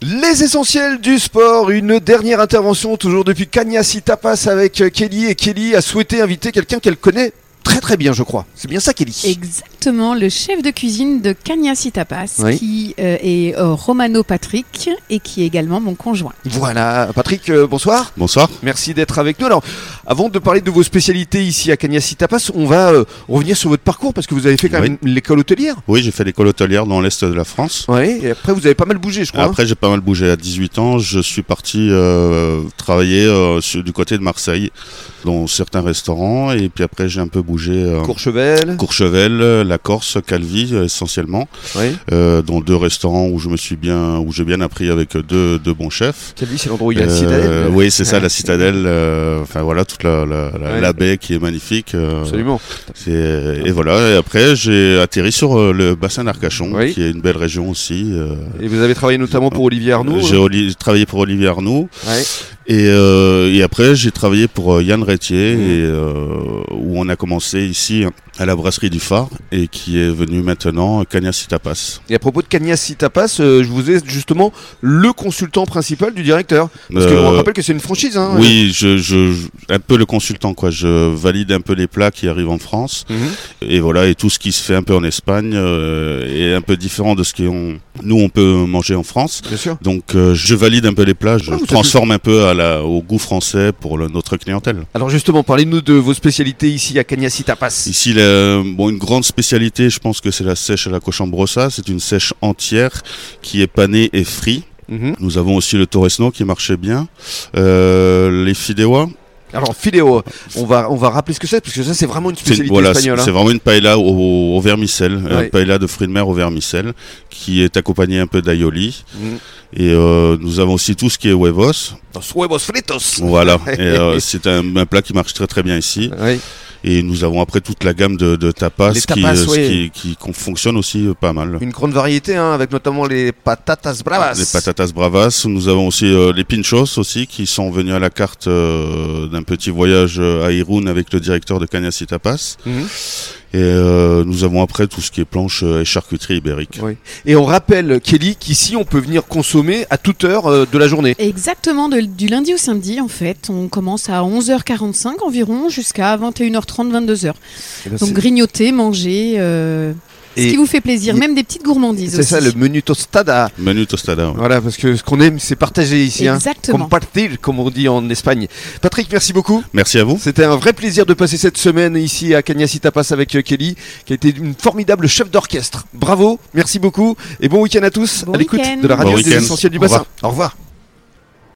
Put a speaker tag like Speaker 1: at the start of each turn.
Speaker 1: Les essentiels du sport, une dernière intervention toujours depuis Cagnassi Tapas avec euh, Kelly et Kelly a souhaité inviter quelqu'un qu'elle connaît très très bien je crois. C'est bien ça Kelly.
Speaker 2: Exactement, le chef de cuisine de Cagnassi Tapas
Speaker 1: Oui.
Speaker 2: qui euh, est euh, Romano Patrick et qui est également mon conjoint.
Speaker 1: Voilà, Patrick, euh, bonsoir.
Speaker 3: Bonsoir.
Speaker 1: Merci d'être avec nous. Alors, avant de parler de vos spécialités ici à Cagnassi Tapas, on va euh, revenir sur votre parcours parce que vous avez fait quand
Speaker 3: Oui.
Speaker 1: même l'école hôtelière.
Speaker 3: Oui, j'ai fait l'école hôtelière dans l'est de la France.
Speaker 1: Ouais, et après vous avez pas mal bougé, je crois. hein.
Speaker 3: Après, j'ai pas mal bougé. À 18 ans, je suis parti euh, travailler euh, sur- du côté de Marseille, dans certains restaurants. Et puis après, j'ai un peu bougé. euh,
Speaker 1: Courchevel.
Speaker 3: Courchevel, euh, la Corse, Calvi euh, essentiellement,
Speaker 1: Ouais.
Speaker 3: euh, dans deux restaurants où je me suis bien, où j'ai bien appris avec deux, deux bons chefs.
Speaker 1: Calvi, c'est l'endroit où il y a la
Speaker 3: Euh,
Speaker 1: citadelle.
Speaker 3: oui, c'est ça, la citadelle. euh, Enfin voilà, toute la, la, la-
Speaker 1: Ouais.
Speaker 3: la baie qui est magnifique. euh,
Speaker 1: Absolument.
Speaker 3: C'est- euh, Et voilà, et après j'ai atterri sur euh, le bassin d'Arcachon,
Speaker 1: Oui.
Speaker 3: qui est une belle région aussi. euh,
Speaker 1: Et vous avez travaillé notamment pour Olivier Arnaud. hein. euh
Speaker 3: J'ai oli- travaillé pour Olivier Arnoux,
Speaker 1: Ouais.
Speaker 3: et, euh, et après j'ai travaillé pour euh, Yann Rétier,
Speaker 1: Mhm.
Speaker 3: et, euh, où on a commencé ici hein, à la brasserie du Phare, et qui est venu maintenant Cagnassi Tapas.
Speaker 1: Et à propos de Cagnassi Tapas, euh, je vous ai justement le consultant principal du directeur. Parce que
Speaker 3: Euh,
Speaker 1: on rappelle que c'est une franchise. Hein,
Speaker 3: oui, je, je, je- un peu le consultant quoi. Je valide un peu les plats qui arrivent en France,
Speaker 1: Mhm.
Speaker 3: et voilà, et tout ce qui se fait un peu en Espagne euh, est un peu différent de ce que nous on peut manger en France.
Speaker 1: Bien sûr.
Speaker 3: Donc euh, je valide un peu les plats, je
Speaker 1: Ah, vous êtes-
Speaker 3: transforme un peu à la, au goût français pour le- notre clientèle.
Speaker 1: Alors justement, parlez-nous de vos spécialités ici à Cagnassi Tapas.
Speaker 3: Ici, la- bon, une grande spécialité, je pense que c'est la sèche à la cochambrosa. C'est une sèche entière qui est panée et frite.
Speaker 1: Mhm.
Speaker 3: Nous avons aussi le torresno qui marchait bien, euh, les fidewa.
Speaker 1: Alors Fideo, on va on va rappeler ce que c'est parce que ça c'est vraiment une
Speaker 3: C'est
Speaker 1: spécialité
Speaker 3: voilà, c'est
Speaker 1: espagnole. hein.
Speaker 3: c'est vraiment une paella au, au vermicelle,
Speaker 1: Ouais.
Speaker 3: une paella de fruits de mer au vermicelle, qui est accompagnée un peu d'aioli.
Speaker 1: Mhm.
Speaker 3: Et euh, nous avons aussi tout ce qui est huevos.
Speaker 1: Los huevos fritos.
Speaker 3: Voilà, Et, euh, c'est un, un plat qui marche très très bien ici.
Speaker 1: Oui.
Speaker 3: Et nous avons après toute la gamme de, de tapas,
Speaker 1: Les
Speaker 3: qui,
Speaker 1: tapas,
Speaker 3: euh,
Speaker 1: oui.
Speaker 3: qui, qui, qu'on fonctionne aussi euh, pas mal.
Speaker 1: Une grande variété, hein, avec notamment les patatas bravas.
Speaker 3: Les patatas bravas, nous avons aussi euh, les pinchos aussi qui sont venus à la carte euh, d'un petit voyage euh, à Irun avec le directeur de Cagnassi Tapas.
Speaker 1: Mhm.
Speaker 3: Et euh, nous avons après tout ce qui est planche euh, et charcuterie ibérique.
Speaker 1: Oui. Et on rappelle, Kelly, qu'ici on peut venir consommer à toute heure euh, de la journée.
Speaker 2: Exactement, de- du lundi au samedi en fait, on commence à 11h45 environ jusqu'à 21h30, 22h. Donc grignoter, manger, euh, ce
Speaker 1: Et
Speaker 2: qui vous fait plaisir,
Speaker 1: il-
Speaker 2: même des petites gourmandises
Speaker 1: c'est
Speaker 2: aussi.
Speaker 1: ça le menu tostada.
Speaker 3: Menu tostada. ouais.
Speaker 1: Voilà, parce que ce qu'on aime, c'est partager ici. Hein.
Speaker 2: Exactement.
Speaker 1: Compartir, comme on dit en Espagne. Patrick, merci beaucoup.
Speaker 3: Merci à vous.
Speaker 1: C'était un vrai plaisir de passer cette semaine ici à Cagnassi Tapas avec euh, Kelly, qui a été une formidable chef d'orchestre. Bravo, merci beaucoup et bon week-end à tous
Speaker 2: Bon
Speaker 1: à l'écoute
Speaker 2: week-end.
Speaker 1: de la radio
Speaker 3: Bon
Speaker 1: des
Speaker 3: week-end.
Speaker 1: essentiels du
Speaker 3: Au
Speaker 1: bassin. Au revoir.